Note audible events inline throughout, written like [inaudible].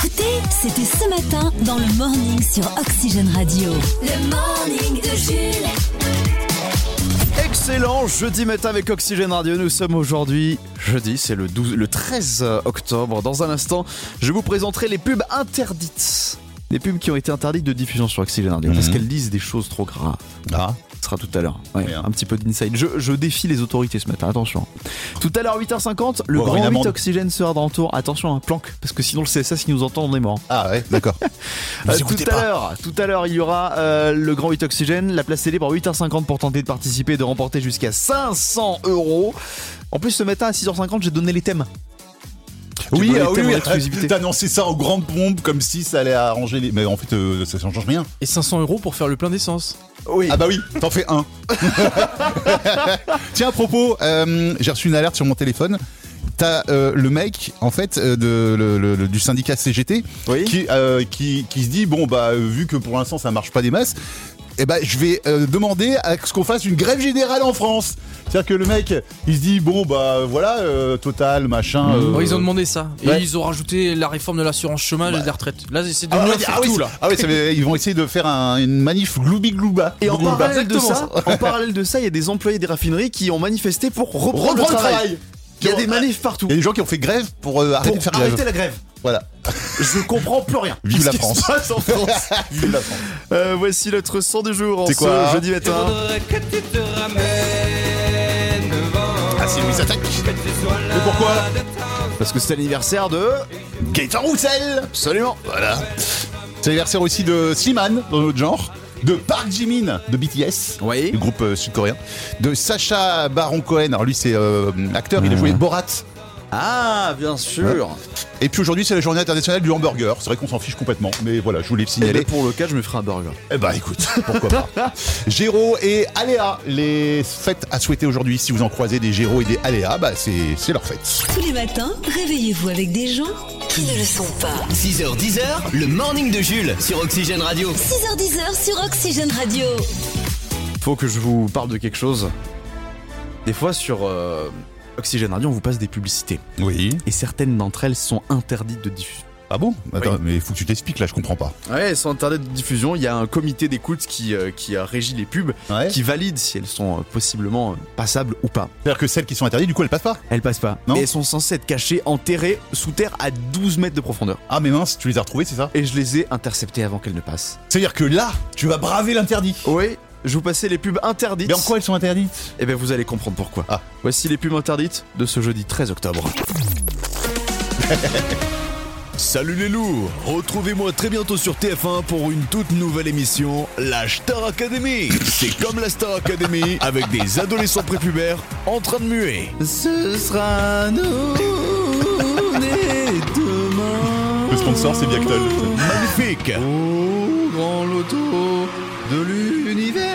C'était ce matin dans le morning sur Oxygène Radio. Le morning de Jules. Excellent jeudi matin avec Oxygène Radio. Nous sommes aujourd'hui jeudi, c'est le, 12, le 13 octobre. Dans un instant, je vous présenterai les pubs interdites. Des pubs qui ont été interdites de diffusion sur Oxygène Radio mmh. parce qu'elles disent des choses trop graves. Ah ce sera tout à l'heure. Ouais, oui, hein. un petit peu d'inside. Je, je, défie les autorités ce matin, attention. Tout à l'heure, 8h50, le oh, grand 8 amende. oxygène sera dans le tour. Attention, un planque, parce que sinon le CSA, s'il nous entend, on est mort. Ah ouais, [laughs] d'accord. euh, tout, à l'heure, tout à l'heure, il y aura euh, le grand 8 oxygène. La place est libre à 8h50 pour tenter de participer et de remporter jusqu'à 500 euros. En plus, ce matin à 6h50, j'ai donné les thèmes. Oui, ah oui, oui, t'as annoncé ça aux grandes pompes comme si ça allait arranger les. Mais en fait, euh, ça change rien. Et 500 euros pour faire le plein d'essence. Oui. Ah bah oui, t'en fais un. [laughs] Tiens, à propos, euh, j'ai reçu une alerte sur mon téléphone. T'as euh, le mec en fait euh, de, le, le, le, du syndicat CGT oui. qui, euh, qui, qui se dit bon bah vu que pour l'instant ça marche pas des masses, eh ben, je vais euh, demander à ce qu'on fasse une grève générale en France. C'est-à-dire que le mec, il se dit bon bah voilà, euh, Total, Mmh. machin. Euh... Bon, ils ont demandé ça ouais. et ils ont rajouté la réforme de l'assurance chômage bah. et des retraites. Là, c'est ah, ouais, ah, tout oui, là. Ah oui, ils vont essayer de faire un, une manif gloubi glouba. Et en parallèle de ça, hein. en parallèle de ça, il y a des employés des raffineries qui ont manifesté pour reprendre, reprendre le travail. travail. Il y a des manifs partout. Il y a des gens qui ont fait grève pour euh, arrêter pour de faire arrêter grève. la grève. Voilà. Je comprends plus rien. Vive la France. en France. Vive la France. Euh, voici notre son du jour en C'est quoi, hein ce jeudi matin. Ah, c'est Louis Attaque. Et pourquoi Parce que c'est l'anniversaire de Gaëtan Roussel. Absolument. Voilà. C'est l'anniversaire aussi de Slimane dans notre genre de Park Jimin de BTS, oui. du groupe euh, sud-coréen, de Sacha Baron Cohen, alors lui c'est euh, acteur, mmh. il a joué Borat. Ah, bien sûr. Ouais. Et puis aujourd'hui, c'est la journée internationale du hamburger. C'est vrai qu'on s'en fiche complètement, mais voilà, je voulais le signaler. ben, Et pour le cas, je me ferai un burger. Eh bah écoute, [laughs] pourquoi pas. Géro et Aléa, les fêtes à souhaiter aujourd'hui. Si vous en croisez des Géro et des Aléa, bah c'est, c'est leur fête. Tous les matins, réveillez-vous avec des gens qui ne le sont pas. 6h, 10h, le morning de Jules sur Oxygène Radio. 6h, 10h sur Oxygène Radio. Faut que je vous parle de quelque chose. Des fois, sur. Euh... Oxygène Radio, on vous passe des publicités. Oui. Et certaines d'entre elles sont interdites de diffusion. Ah bon Attends, oui. mais faut que tu t'expliques là, je comprends pas. Ouais, elles sont interdites de diffusion. Il y a un comité d'écoute qui, euh, qui régit les pubs, ouais. qui valide si elles sont euh, possiblement euh, passables ou pas. C'est-à-dire que celles qui sont interdites, du coup, elles passent pas Elles passent pas. Non Et elles sont censées être cachées, enterrées sous terre à 12 mètres de profondeur. Ah, mais mince, tu les as retrouvées, c'est ça Et je les ai interceptées avant qu'elles ne passent. C'est-à-dire que là, tu vas braver l'interdit Oui, je vous passais les pubs interdites. Mais en quoi elles sont interdites Eh bien, vous allez comprendre pourquoi. Ah. Voici les pubs interdites de ce jeudi 13 octobre. [laughs] Salut les loups Retrouvez-moi très bientôt sur TF1 pour une toute nouvelle émission, la Star Academy C'est comme la Star Academy, avec des adolescents prépubères en train de muer. Ce sera nous demain. Le sponsor, c'est Biactol. Magnifique Au grand loto de l'univers.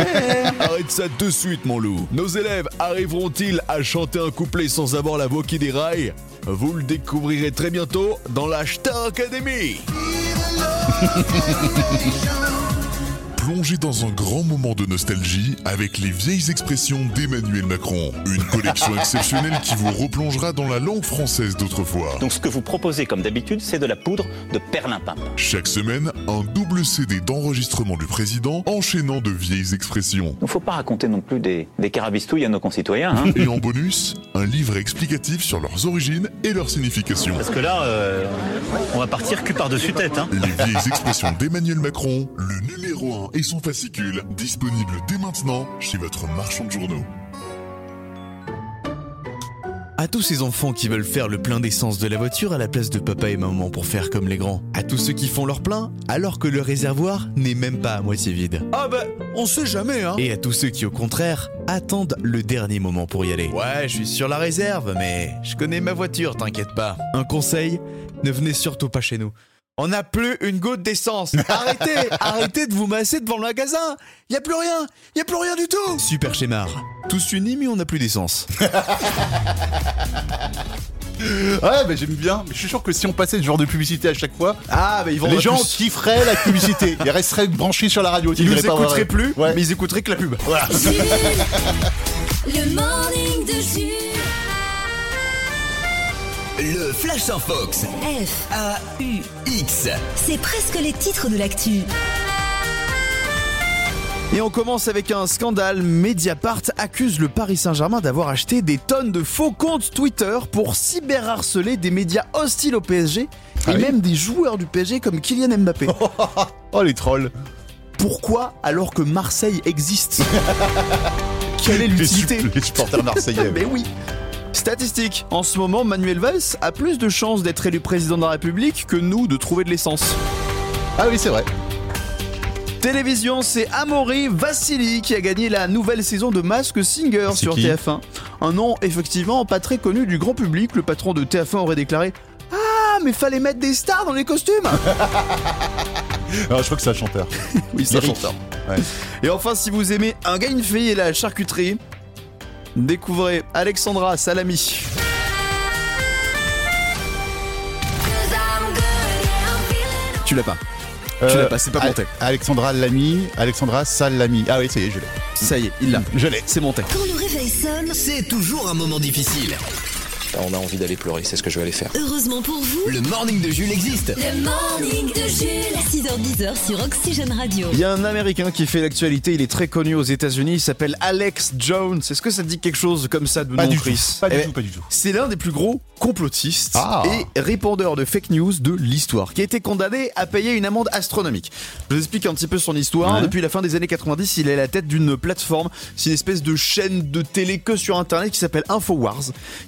[laughs] Arrête ça de suite, mon loup. Nos élèves arriveront-ils à chanter un couplet sans avoir la voix qui déraille Vous le découvrirez très bientôt dans la Star Academy. Plongez dans un grand moment de nostalgie avec les vieilles expressions d'Emmanuel Macron. Une collection exceptionnelle qui vous replongera dans la langue française d'autrefois. Donc ce que vous proposez comme d'habitude, c'est de la poudre de perlimpin. Chaque semaine, un double CD d'enregistrement du président enchaînant de vieilles expressions. Il ne faut pas raconter non plus des, des carabistouilles à nos concitoyens. Hein. Et en bonus, un livre explicatif sur leurs origines et leur signification. Parce que là, euh, on va partir cul par-dessus tête. Hein. Les vieilles expressions d'Emmanuel Macron, le numéro 1 et son fascicule, disponible dès maintenant chez votre marchand de journaux. À tous ces enfants qui veulent faire le plein d'essence de la voiture à la place de papa et maman pour faire comme les grands. À tous ceux qui font leur plein alors que le réservoir n'est même pas à moitié vide. Ah bah, on sait jamais hein. Et à tous ceux qui au contraire attendent le dernier moment pour y aller. Ouais, je suis sur la réserve mais je connais ma voiture, t'inquiète pas. Un conseil, ne venez surtout pas chez nous. On n'a plus une goutte [laughs] d'essence. Arrêtez, arrêtez de vous masser devant le magasin. Il y a plus rien, il y a plus rien du tout. Super schémar. Tous unis mais on n'a plus d'essence. Ouais, mais j'aime bien. Mais je suis sûr que si on passait ce genre de publicité à chaque fois, ah, mais ils les gens plus. kifferaient la [laughs] publicité. Ils resteraient branchés sur la radio. Ils nous écouteraient pas euh, plus, ouais. mais ils écouteraient que la pub. Voilà. Jules, le morning de Jules. Le Flash en Fox. F-A-U-X. C'est presque les titres de l'actu. Et on commence avec un scandale. Mediapart accuse le Paris Saint-Germain d'avoir acheté des tonnes de faux comptes Twitter pour cyberharceler des médias hostiles au PSG Ah et même des joueurs du PSG comme Kylian [laughs] Mbappé. oh les trolls Pourquoi alors que Marseille [laughs] existe Quelle est l'utilité Les supporters marseillais. [laughs] Mais oui Statistique, en ce moment, Manuel Valls a plus de chances d'être élu président de la République que nous de trouver de l'essence. Ah oui, c'est vrai. Télévision, c'est Amaury Vassili qui a gagné la nouvelle saison de Mask Singer sur qui TF1. Un nom effectivement pas très connu du grand public, le patron de TF1 aurait déclaré Ah, mais fallait mettre des stars dans les costumes Alors, Ah, je crois que c'est un chanteur. [laughs] Oui, c'est un Eric. chanteur. Ouais. Et enfin, si vous aimez un gars, une fille et la charcuterie, découvrez Alexandra Salami. Tu l'as pas. Tu l'as pas, c'est pas Euh, monté. A- Alexandra Lamy, Alexandra Salami. Ah oui, ça y est, je l'ai. Ça y est, il l'a. Je l'ai. C'est monté. Quand le réveil sonne, C'est toujours un moment difficile. On a envie d'aller pleurer, c'est ce que je vais aller faire. heureusement pour vous, Le morning de Jules existe. le morning de Jules. 6h10 sur Oxygène Radio. Il y a un Américain qui fait l'actualité, il est très connu aux États-Unis, il s'appelle Alex Jones. Est-ce que ça te dit quelque chose comme ça de Pas nom, du Chris tout. Pas du Eh tout, ben, pas du tout. C'est l'un des plus gros complotistes Ah. et répandeur de fake news de l'histoire, qui a été condamné à payer une amende astronomique. Je vous explique un petit peu son histoire. Ouais. Depuis la fin des années 90, il est à la tête d'une plateforme, c'est une espèce de chaîne de télé que sur Internet qui s'appelle Infowars,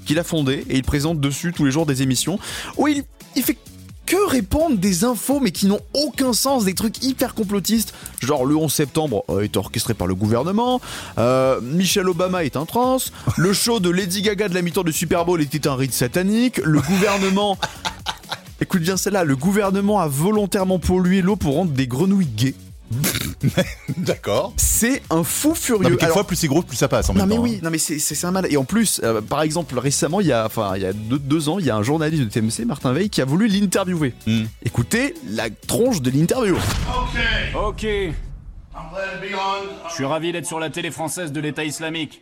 qu'il a fondée et il présente dessus tous les jours des émissions où il, il fait que répandre des infos mais qui n'ont aucun sens, des trucs hyper complotistes, genre le 11 septembre euh, est orchestré par le gouvernement, euh, Michelle Obama est un trans, le show de Lady Gaga de la mi-temps du Super Bowl était un rite satanique, le [laughs] gouvernement... Écoute bien celle-là, le gouvernement a volontairement pollué l'eau pour rendre des grenouilles gays. [laughs] D'accord. C'est un fou Non, furieux. mais quelquefois, Alors- plus c'est gros, plus ça passe en non même mais temps, hein. oui, non mais c'est c'est- c'est un mal. Et en plus, euh, par exemple, récemment, il y a, enfin, il y a deux, deux ans, il y a un journaliste de TMC, Martin Veil, qui a voulu l'interviewer. Écoutez la tronche de l'interview. Ok. Je suis ravi d'être sur la télé française de l'État islamique.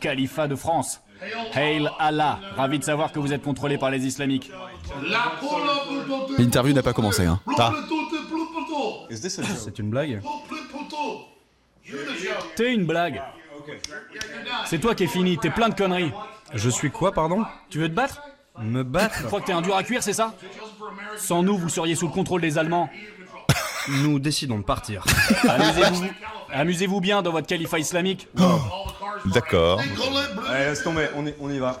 Califat de France. Hail Allah. Ravi de savoir que vous êtes contrôlé par les islamiques. L'interview n'a pas commencé. Hein. C'est une blague T'es une blague. C'est toi qui es fini, t'es plein de conneries. Je suis quoi, pardon Tu veux te battre Me battre Tu crois que t'es un dur à cuire, c'est ça Sans nous, vous seriez sous le contrôle des Allemands. Nous décidons de partir. Amusez-vous amusez-vous bien dans votre califat islamique. D'accord. Allez, laisse tomber, on y, va.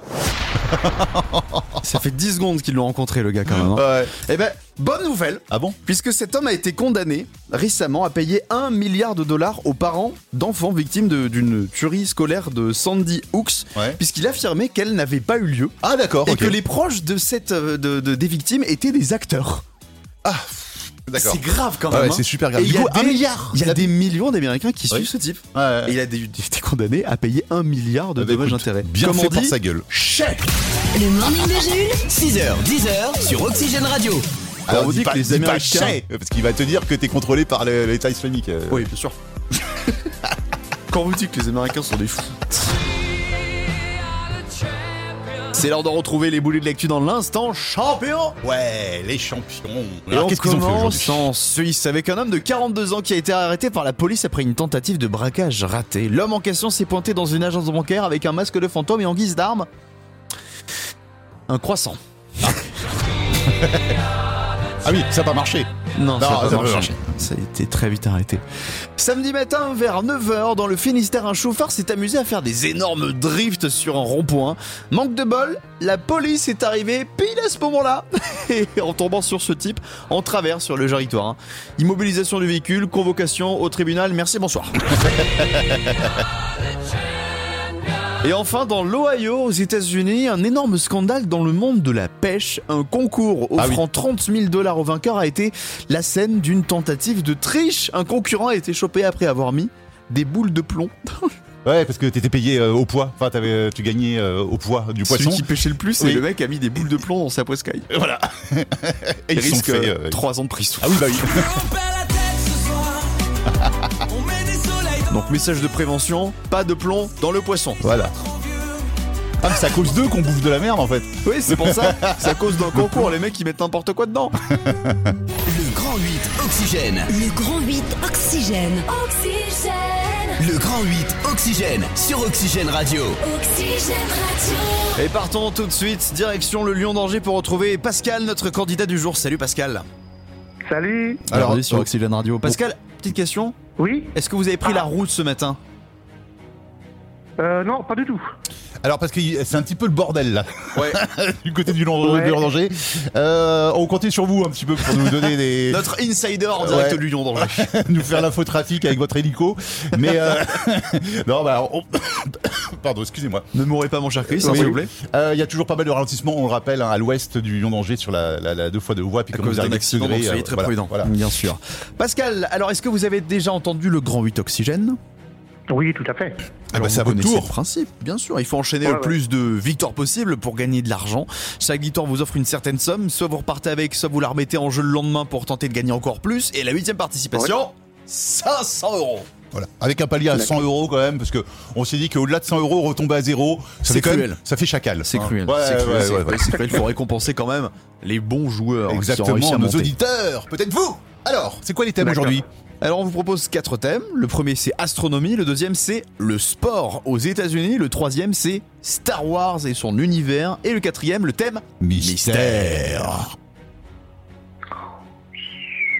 Ça fait 10 secondes qu'ils l'ont rencontré, le gars, quand même. hein. Eh ben, bonne nouvelle. Ah bon Puisque cet homme a été condamné récemment à payer 1 milliard de dollars aux parents d'enfants victimes de- d'une tuerie scolaire de Sandy Hooks, puisqu'il affirmait qu'elle n'avait pas eu lieu. Ah d'accord. Et ok. que les proches de cette, euh, de- de- des victimes étaient des acteurs. D'accord. C'est grave quand même. Ouais, hein. c'est super grave. Et Du il y coup, a un des- milliard. Il y a des millions d'Américains qui Oui. suivent ce type. Ouais, ouais. Eh ben, Et il a des- il a été condamné à payer 1 milliard de Ah bah dommages intérêts. Bien Comme fait on pour dit, sa gueule. Chèque Le morning de Jules. 6h, 10h sur Oxygène Radio. Alors, on dis dit pas, que les dis pas Américains- chais, parce qu'il va te dire que t'es contrôlé par le- l'État islamique. euh. Oui, bien sûr. Quand vous dites que les Américains sont des fous. C'est l'heure de retrouver les boulets de l'actu dans l'instant champion Ouais, les champions. Et Alors, on qu'est-ce qu'ils ont fait aujourd'hui commence en Suisse avec un homme de 42 ans qui a été arrêté par la police après une tentative de braquage ratée. L'homme en question s'est pointé dans une agence bancaire avec un masque de fantôme et en guise d'arme un croissant. Ah oui, ça n'a pas marché. Non, ça a pas ça a marché. Ça a été très vite arrêté. Samedi matin, vers 9h, dans le Finistère, un chauffeur s'est amusé à faire des énormes drifts sur un rond-point. Manque de bol, la police est arrivée pile à ce moment-là. [laughs] Et en tombant sur ce type, en travers sur le jarritoire. Immobilisation du véhicule, convocation au tribunal, merci, bonsoir. [laughs] Et enfin, dans l'Ohio, aux États-Unis, un énorme scandale dans le monde de la pêche. Un concours Ah oui. offrant 30 000 dollars au vainqueur a été la scène d'une tentative de triche. Un concurrent a été chopé après avoir mis des boules de plomb. Ouais, parce que t'étais payé euh, au poids. Enfin, t'avais- tu gagnais euh, au poids du poisson. Celui qui pêchait le plus, Oui. et le mec a mis des boules de plomb dans sa poiscaille. Voilà. Et Il ils se sont risque fait, euh, 3 ans de prison. Ah oui, bah [laughs] oui. Donc message de prévention, pas de plomb dans le poisson. Voilà. Ah, mais c'est à cause d'eux qu'on bouffe de la merde en fait. Oui, c'est pour [laughs] ça. C'est à cause d'un concours. Les mecs, ils mettent n'importe quoi dedans. Le Grand 8 Oxygène. Le grand 8 oxygène. Oxygène. Le Grand 8 Oxygène sur Oxygène Radio. Oxygène Radio. Et partons tout de suite, direction le Lion d'Angers pour retrouver Pascal, notre candidat du jour. Salut Pascal. Salut. Alors, euh, sur Oxygène Radio. Pascal, petite question. Oui. Ah. Est-ce que vous avez pris la route ce matin Euh, non, pas du tout. Alors parce que c'est un petit peu le bordel là. Ouais. [laughs] du côté du Land- Ouais. de Landanger. Euh, on comptait sur vous un petit peu pour nous [laughs] donner des. Notre insider en direct du Lion d'Angers. nous faire l'infotrafic avec votre hélico. Mais euh, [laughs] non, bah on- [coughs] pardon, excusez-moi. Ne mourrez pas, mon cher Chris, hein, Oui. s'il vous plaît. Euh, Il y a toujours pas mal de ralentissements, on le rappelle, hein, à l'ouest du Lyon d'Angers sur la, la, la deux fois de voie. Puis À comme cause vous d'un arrivez accident, degrés, donc soyez euh, très voilà, prudent. voilà. Bien sûr. Pascal, alors est-ce que vous avez déjà entendu le Grand 8 Oxygène Oui, tout à fait. Alors, bah, c'est vous à votre connaissez tour. le principe, bien sûr. Il faut enchaîner Ouais, le ouais. plus de victoires possible pour gagner de l'argent. Chaque victoire vous offre une certaine somme. Soit vous repartez avec, soit vous la remettez en jeu le lendemain pour tenter de gagner encore plus. Et la huitième participation, 500 euros. Voilà. Avec un palier à 100 euros quand même, parce que on s'est dit qu'au-delà de 100 euros, retomber à zéro, C'est ça fait quand cruel. même- ça fait chacal. Bah, C'est hein. cruel. Ouais, c'est cruel. ouais, c'est ouais, cruel, ouais. c'est cruel. Il faut récompenser quand même les bons joueurs. qui ont réussi à Exactement, nos monter. auditeurs. Peut-être vous. Alors, c'est quoi les thèmes D'accord. aujourd'hui Alors on vous propose quatre thèmes. Le premier c'est astronomie, le deuxième c'est le sport aux États-Unis, le troisième c'est Star Wars et son univers, et le quatrième le thème mystère.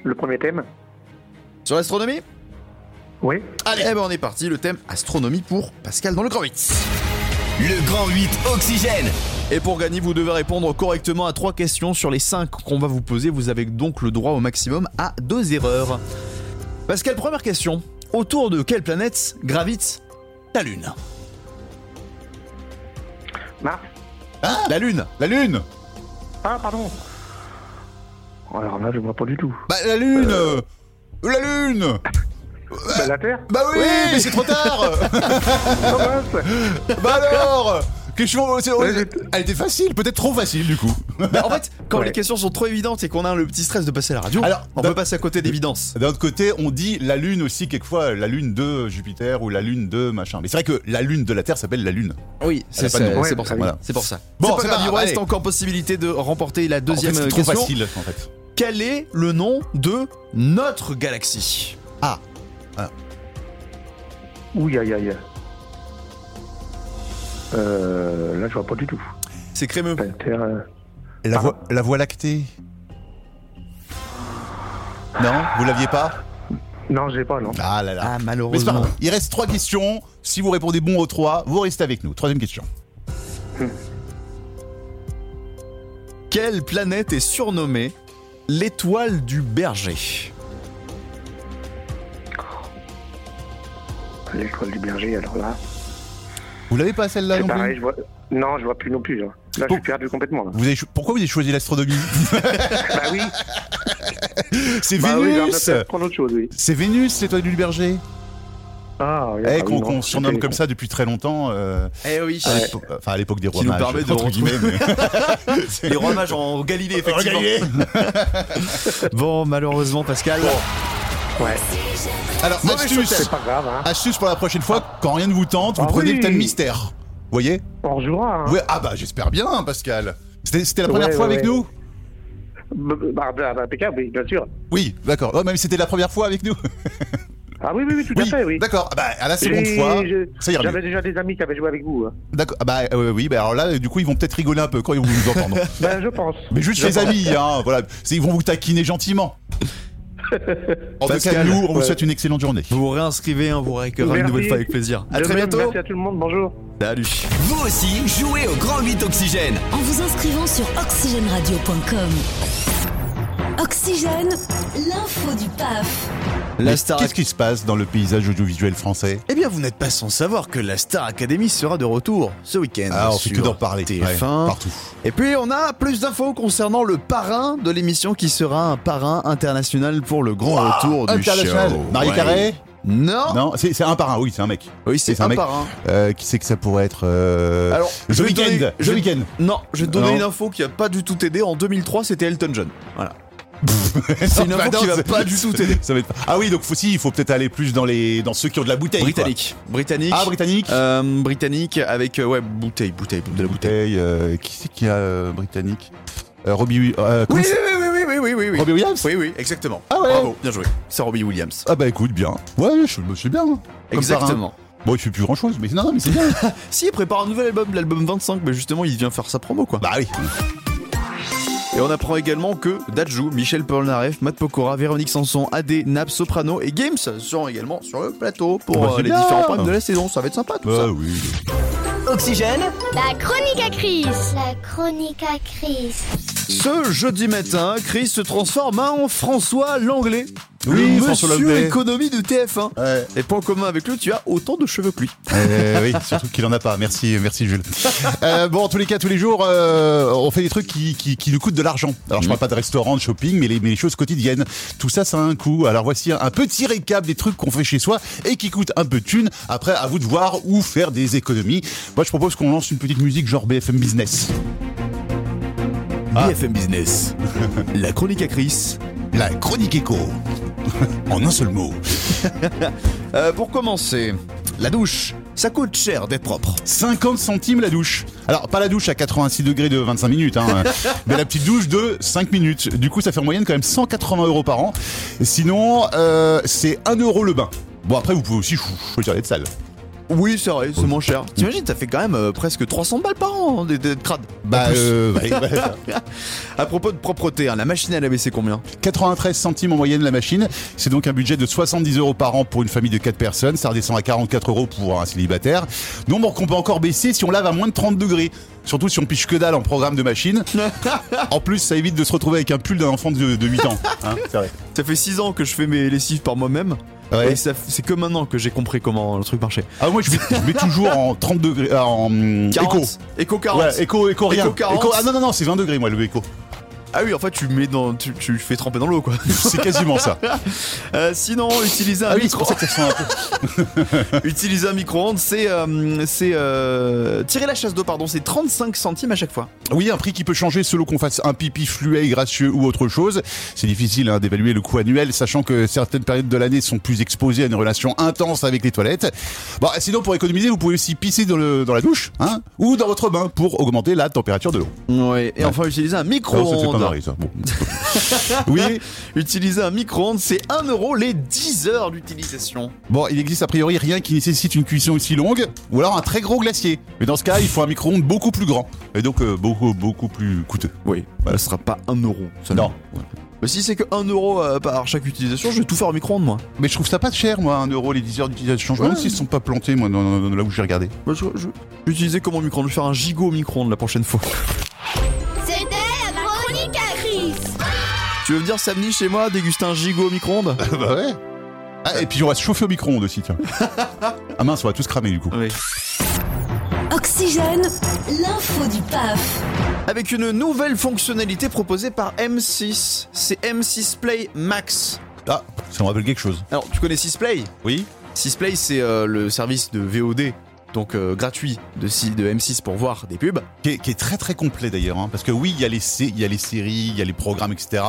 Le premier thème. Sur l'astronomie Oui. Allez, eh ben on est parti, le thème astronomie pour Pascal dans le Grand 8. Le Grand 8 Oxygène. Et pour gagner, vous devez répondre correctement à trois questions sur les cinq qu'on va vous poser. Vous avez donc le droit au maximum à deux erreurs. Pascal, première question. Autour de quelle planète [laughs] gravite la Lune Mars. La Lune Hein, La Lune Ah, pardon. Oh, Alors là, je vois pas du tout. Euh. Bah la Lune euh, La Lune Bah, la Terre Bah oui, Oui. mais c'est trop tard [laughs] Oh, mince. Bah alors Question, c'est- Elle était facile, peut-être trop facile du coup. Bah, en fait, quand Ouais. les questions sont trop évidentes et qu'on a le petit stress de passer à la radio, Alors, bah- on d'un- peut passer à côté d'évidence. D'un autre côté, on dit la Lune aussi quelquefois, la Lune de Jupiter ou la Lune de machin. Mais c'est vrai que la Lune de la Terre s'appelle la Lune. Oui, Elle c'est a pas de c'est- nom. c'est pour ça. Voilà. C'est pour ça. bah Bon, c'est pas c'est grave, pas il grave, reste allez. encore possibilité de remporter la deuxième euh, en fait, c'est trop question. facile en fait. Quel est le nom de notre galaxie Ah, Ouh, aïe, aïe. Euh, là, je vois pas du tout. C'est crémeux. La Terre. euh, la, voie, la Voie lactée. Non, vous l'aviez pas Non, j'ai pas, non. Ah là là. Ah, Mais c'est pas malheureusement. grave. Il reste trois questions. Si vous répondez bon aux trois, vous restez avec nous. Troisième question. Quelle planète est surnommée l'étoile du berger L'école du berger, alors là. Vous l'avez pas celle-là C'est non pareil, plus je vois. Non, je vois plus non plus. Là, là je suis perdu complètement. [laughs] Là. vous avez cho- Pourquoi vous avez choisi l'astronomie bah oui. C'est Bah oui, j'aimerais Vénus peut-être prendre autre chose, oui. C'est Vénus, l'étoile du berger Ah, Eh, bah oui, Qu'on non, qu'on c'est surnomme téléphone. comme ça depuis très longtemps. euh, Eh oui. à l'époque- Enfin, à l'époque des rois Qui nous mages, permet de entre retrouver- guillemets, mais- Les rois mages en Galilée, effectivement. Bon, malheureusement, Pascal. Ouais, Alors, astuce, Ah, c'est pas grave. Hein. astuce pour la prochaine fois, quand rien ne vous tente, vous Ah prenez le oui. thème mystère. Vous voyez On rejouera. Hein. Ouais, Ah bah, j'espère bien, Pascal. C'était c'était la première Ouais, fois ouais, avec ouais. nous Bah, bah, bah, bah, impeccable, oui, bien sûr. Oui, d'accord. Oh, même c'était la première fois avec nous. Ah oui, oui, oui, tout [laughs] à fait, oui. D'accord. Ah Bah, à la seconde J'ai- fois, je- ça ira J'avais mieux. déjà des amis qui avaient joué avec vous. hein. D'accord. Ah Bah, euh, oui, bah alors là, du coup, ils vont peut-être rigoler un peu quand ils vont nous [laughs] entendre. Ben, je pense. Mais juste Je les pense. amis, hein, voilà. C'est- Ils vont vous [laughs] taquiner gentiment. En tout cas, Pascal, nous, on vous ouais. souhaite une excellente journée. Vous vous réinscrivez, hein, vous récupérez une Merci. nouvelle fois avec plaisir. À De très même, bientôt. Merci à tout le monde, bonjour. Salut. Vous aussi, jouez au Grand 8 Oxygène. En vous inscrivant sur oxygèneradio.com. Oxygène, l'info du PAF. La Mais Star Qu'est-ce qui se passe dans le paysage audiovisuel français Eh bien, vous n'êtes pas sans savoir que la Star Academy sera de retour ce week-end. Ah, on fait sur que d'en parler. Ouais, TF1. partout. Et puis, on a plus d'infos concernant le parrain de l'émission qui sera un parrain international pour le grand Ouah, retour du international. show. Marie Ouais. Carré Non. Non, c'est c'est un par un, oui, c'est un mec. Oui, c'est un un mec. parrain. Euh, qui c'est que ça pourrait être euh... Alors, The je vais te Weeknd donner- [laughs] The je- Weeknd Non, je vais te donner Non. une info qui a pas du tout aidé. En 2003, c'était Elton John. Voilà. bah, C'est une info qui va [laughs] pas du tout t'aider. [laughs] Ça va être- Ah oui, donc faut, si, il faut peut-être aller plus dans les dans ceux qui ont de la bouteille. quoi. Britannique. Britannique. Ah, britannique. Euh, britannique avec, euh, ouais, bouteille, bouteille, de la bouteille. Bouteille, euh, qui c'est qui a euh, britannique Euh, Robbie. euh, comment Oui, c'est- oui, oui, oui, oui, oui, oui. Robbie Williams Oui, oui, exactement. Ah ouais. Bravo, bien joué. C'est Robbie Williams. Ah bah écoute, bien. Ouais, je, je suis bien. hein. Comme ça, hein. Exactement. Bon, il fait plus grand chose, mais non, non, mais [laughs] c'est bien. si, il prépare un nouvel album, l'album 25, mais justement, il vient faire sa promo, quoi. Bah oui. Et on apprend également que Dajou, Michel Polnareff, Matt Pokora, Véronique Sanson, AD, Nap, Soprano et Games seront également sur le plateau pour Bah, c'est euh, les bien. différents problèmes de la saison. Ça va être sympa tout ça. Bah oui. Oxygène La chronique à Chris La chronique à Chris Ce jeudi matin, Chris se transforme en François Langlais. Oui, le François monsieur Langlais. économie de TF1. Et point commun avec lui, tu as autant de cheveux que lui. Euh, oui, surtout qu'il en a pas. Merci, merci Jules. Euh, bon, en tous les cas, tous les jours, euh, on fait des trucs qui, qui, qui nous coûtent de l'argent. Alors, je parle pas de restaurant, de shopping, mais les, mais les choses quotidiennes. Tout ça, ça a un coût. Alors, voici un, un petit récap des trucs qu'on fait chez soi et qui coûtent un peu de thunes. Après, à vous de voir où faire des économies. Moi, je propose qu'on lance une petite musique genre BFM Business. BFM [laughs] Business. La chronique à Chris. La chronique éco. [laughs] en un seul mot. Euh, pour commencer, la douche, ça coûte cher d'être propre. 50 centimes la douche. Alors, pas la douche à 86 degrés de 25 minutes, [laughs] hein, mais la petite douche de 5 minutes. Du coup, ça fait en moyenne quand même 180 euros par an. Sinon, euh, c'est 1 euro le bain. Bon, après, vous pouvez aussi chou- choisir les salles. Oui, c'est vrai, c'est moins cher. T'imagines, ça fait quand même euh, presque 300 balles par an hein, d'être d'être crade. Bah, En plus. [laughs] euh, ouais, ouais, ça. à propos de propreté, hein, la machine à laver, c'est combien 93 centimes en moyenne la machine. C'est donc un budget de 70 euros par an pour une famille de 4 personnes. Ça redescend à 44 euros pour un célibataire. Nombre qu'on peut encore baisser si on lave à moins de 30 degrés. Surtout si on piche que dalle en programme de [laughs] machine. en plus, ça évite de se retrouver avec un pull d'un enfant de, de 8 ans. hein, c'est vrai. Ça fait 6 ans que je fais mes lessives par moi-même. Ouais. Et ça f- c'est que maintenant que j'ai compris comment le truc marchait. Ah moi je mets, je mets toujours en 30 degrés euh, en hum, 40. éco. Éco 40. Ouais, éco éco rien. Éco 40. ah non non non, c'est 20 degrés moi le éco. Ah oui, en fait, tu mets dans, tu, tu fais tremper dans l'eau, quoi. [laughs] C'est quasiment ça. Euh, sinon, utiliser un Ah oui, [laughs] c'est micro. pour ça que ça sent un peu. utiliser un micro-ondes, c'est, euh, c'est euh, tirer la chasse d'eau, pardon, c'est 35 centimes à chaque fois. Oui, un prix qui peut changer selon qu'on fasse un pipi fluet, gracieux ou autre chose. C'est difficile hein, d'évaluer le coût annuel, sachant que certaines périodes de l'année sont plus exposées à une relation intense avec les toilettes. Bon, sinon, pour économiser, vous pouvez aussi pisser dans, le- dans la douche, hein, ou dans votre bain pour augmenter la température de l'eau. Ouais. Et enfin, utiliser un Ah Non, ça fait pas micro-ondes. marrer, ça. Bon. [laughs] oui. Utiliser un micro-ondes, c'est 1 euro les 10 heures d'utilisation. Bon, il existe a priori rien qui nécessite une cuisson aussi longue, ou alors un très gros glacier. Mais dans ce cas, il faut un micro-ondes beaucoup plus grand, et donc euh, beaucoup beaucoup plus coûteux. Oui, Voilà. ce sera pas 1 euro Non. seulement. Mais si c'est que 1 euro euh, par chaque utilisation, je vais tout faire au micro-ondes, moi. Mais je trouve ça pas cher, moi, un euro les 10 heures d'utilisation. Je me Ouais. demande s'ils se sont pas plantés, moi, dans- dans- dans- là où [laughs] j'ai regardé. Moi, je, je- j'utilisais comment micro-ondes Je vais faire un gigot au micro-ondes la prochaine fois. [laughs] C'était la chronique à Chris tu veux venir samedi chez moi déguster un gigot au micro-ondes bah ouais. Ah, et puis on va se chauffer au micro-ondes [laughs] aussi, tiens. ah mince, on va tous cramer du coup. Oxygène, l'info du PAF. Avec une nouvelle fonctionnalité proposée par M6, c'est M6 Play Max. Ah, ça me rappelle quelque chose. Alors, tu connais 6 Play Oui. 6 Play, c'est euh, le service de VOD, donc euh, gratuit, de, si- de M6 pour voir des pubs. Qui est, qui est très très complet d'ailleurs, hein, parce que oui, il y, a les sé- il y a les séries, il y a les programmes, etc.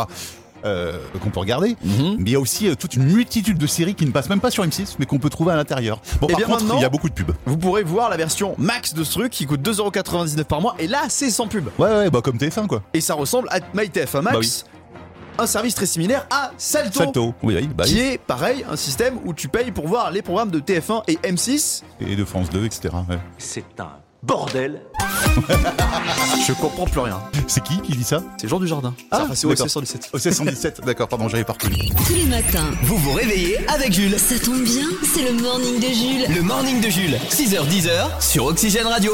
euh, qu'on peut regarder, mais il y a aussi euh, toute une multitude de séries qui ne passent même pas sur M6, mais qu'on peut trouver à l'intérieur. Bon, Eh par bien, contre, maintenant- il y a beaucoup de pubs. Vous pourrez voir la version max de ce truc qui coûte 2,99€ par mois, et là, c'est sans pub. Ouais, ouais, bah comme TF1 quoi. Et ça ressemble à MyTF1 Max, Bah oui. un service très similaire à Salto. Salto, oui, oui, bah, qui oui. est pareil, un système où tu payes pour voir les programmes de TF1 et M6. Et de France 2, etc. ouais. C'est un bordel. [laughs] Je comprends plus rien. C'est qui qui dit ça C'est Jean du Jardin. Ah, c'est au d'accord. 617. Au 717, [laughs] d'accord, pardon, j'avais pas reconnu. Tous les matins. Vous vous réveillez avec Jules. Ça tombe bien, c'est le morning de Jules. Le morning de Jules, 6h10h sur Oxygène Radio.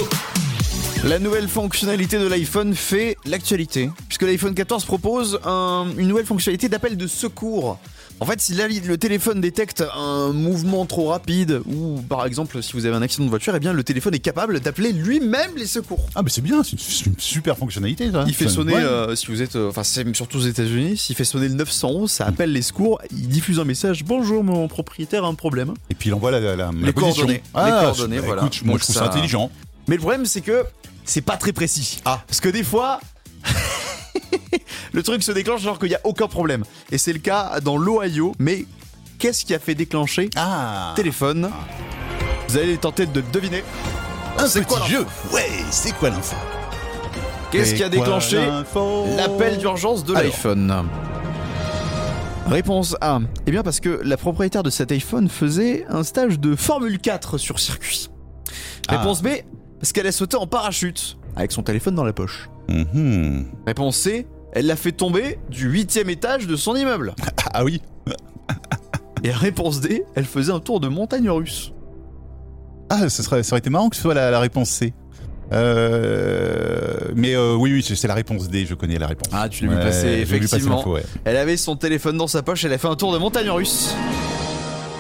La nouvelle fonctionnalité de l'iPhone fait l'actualité, puisque l'iPhone 14 propose un- une nouvelle fonctionnalité d'appel de secours. En fait, si la- le téléphone détecte un mouvement trop rapide, ou par exemple si vous avez un accident de voiture, eh bien le téléphone est capable d'appeler lui-même les secours. Ah, mais c'est bien, c'est une, c'est une super fonctionnalité ça. Il fait Ça- sonner, ouais. euh, si vous êtes, euh, enfin c'est surtout aux États-Unis, s'il fait sonner le 911, ça appelle les secours, il diffuse un message Bonjour, mon propriétaire a un problème. Et puis il envoie la, la, la- la les position. coordonnées. Ah, les coordonnées, bah, voilà. écoute, moi Donc je trouve ça, intelligent. Mais le problème, c'est que c'est pas très précis. Ah. Parce que des fois. [laughs] le truc se déclenche alors qu'il n'y a aucun problème. Et c'est le cas dans l'Ohio, mais qu'est-ce qui a fait déclencher Ah, Ah, Téléphone. Vous allez tenter de deviner. C'est quoi jeu Ouais, c'est quoi l'info Qu'est-ce C'est qui a quoi déclenché l'info l'appel d'urgence de Alors. l'iPhone Réponse A. Eh bien parce que la propriétaire de cet iPhone faisait un stage de Formule 4 sur circuit. Réponse B. Parce qu'elle a sauté en parachute avec son téléphone dans la poche. Mhm. Réponse C. Elle l'a fait tomber du huitième étage de son immeuble. Ah oui Et réponse D. Elle faisait un tour de montagne russe. Ah, ce serait, ça aurait été marrant que ce soit la, la réponse C. Euh, mais euh, oui, oui, c'est c'est la réponse D, je connais la réponse. Ah, tu l'as vu Ouais, passer, j'ai vu passer effectivement. l'info, ouais. Elle avait son téléphone dans sa poche, elle a fait un tour de montagne russe.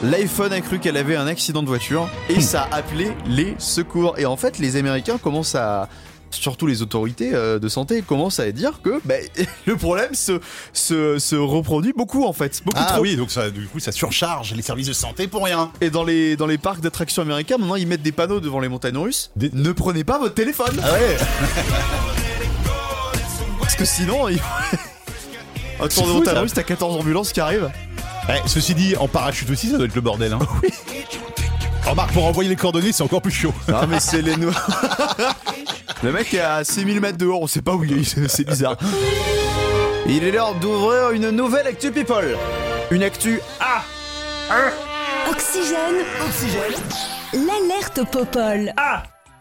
L'iPhone a cru qu'elle avait un accident de voiture et ça a appelé les secours. Et en fait, les Américains commencent à. Surtout les autorités euh, de santé commencent à dire que bah, [laughs] le problème se, se, se reproduit beaucoup en fait. Beaucoup Ah trop. oui, donc ça, du coup, ça surcharge les services de santé pour rien. Et dans les, dans les parcs d'attractions américains, maintenant ils mettent des panneaux devant les montagnes russes. Ne prenez pas votre téléphone [laughs] Parce que sinon, il... [laughs] un C'est tour de fou, montagne ça. russe, t'as 14 ambulances qui [laughs] arrivent. Ouais, Eh, ceci dit, en parachute aussi, ça doit être le bordel. Hein. Remarque, pour envoyer les coordonnées, c'est encore plus chaud. Ah, mais c'est les noirs. [laughs] Le mec est à 6000 mètres dehors, on sait pas où il est, [laughs] c'est c'est bizarre. Il est l'heure d'ouvrir une nouvelle Actu People. Une Actu A. Oxygène. L'alerte au Popol.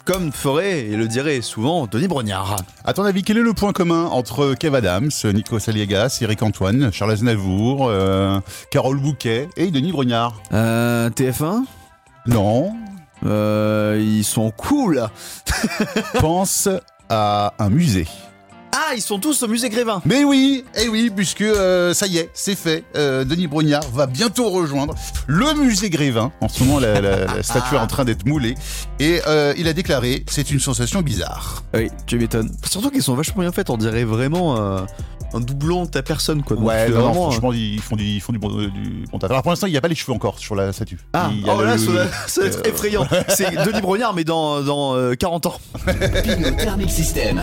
Comme ferait et le dirait souvent Denis Brognard. À ton avis, quel est le point commun entre Kev Adams, Nico Aliagas, Eric Antoine, Charles Aznavour, euh, Carole Bouquet et Denis Brognard Euh, TF1 Non. euh, ils sont cool Pense à un musée. Ah, ils sont tous au musée Grévin. Mais oui, eh oui, puisque euh, ça y est, c'est fait. Euh, Denis Brognard va bientôt rejoindre le musée Grévin. En ce moment, la, la- la statue est en train d'être moulée. Et euh, il a déclaré c'est une sensation bizarre. Ah Oui, tu m'étonnes. Surtout qu'ils sont vachement bien faits, on dirait vraiment euh, un doublon de ta personne quoi. Donc, Ouais, c'est non, non, vraiment, hein. franchement, ils font du, ils font du, bon- euh, du bon taf. Alors pour l'instant, il n'y a pas les cheveux encore sur la statue. Ah, Il y a oh le- là, le- ça va- ça va être euh, [laughs] effrayant. C'est Denis Brognard, mais dans, dans euh, 40 ans. Pino Thermic System.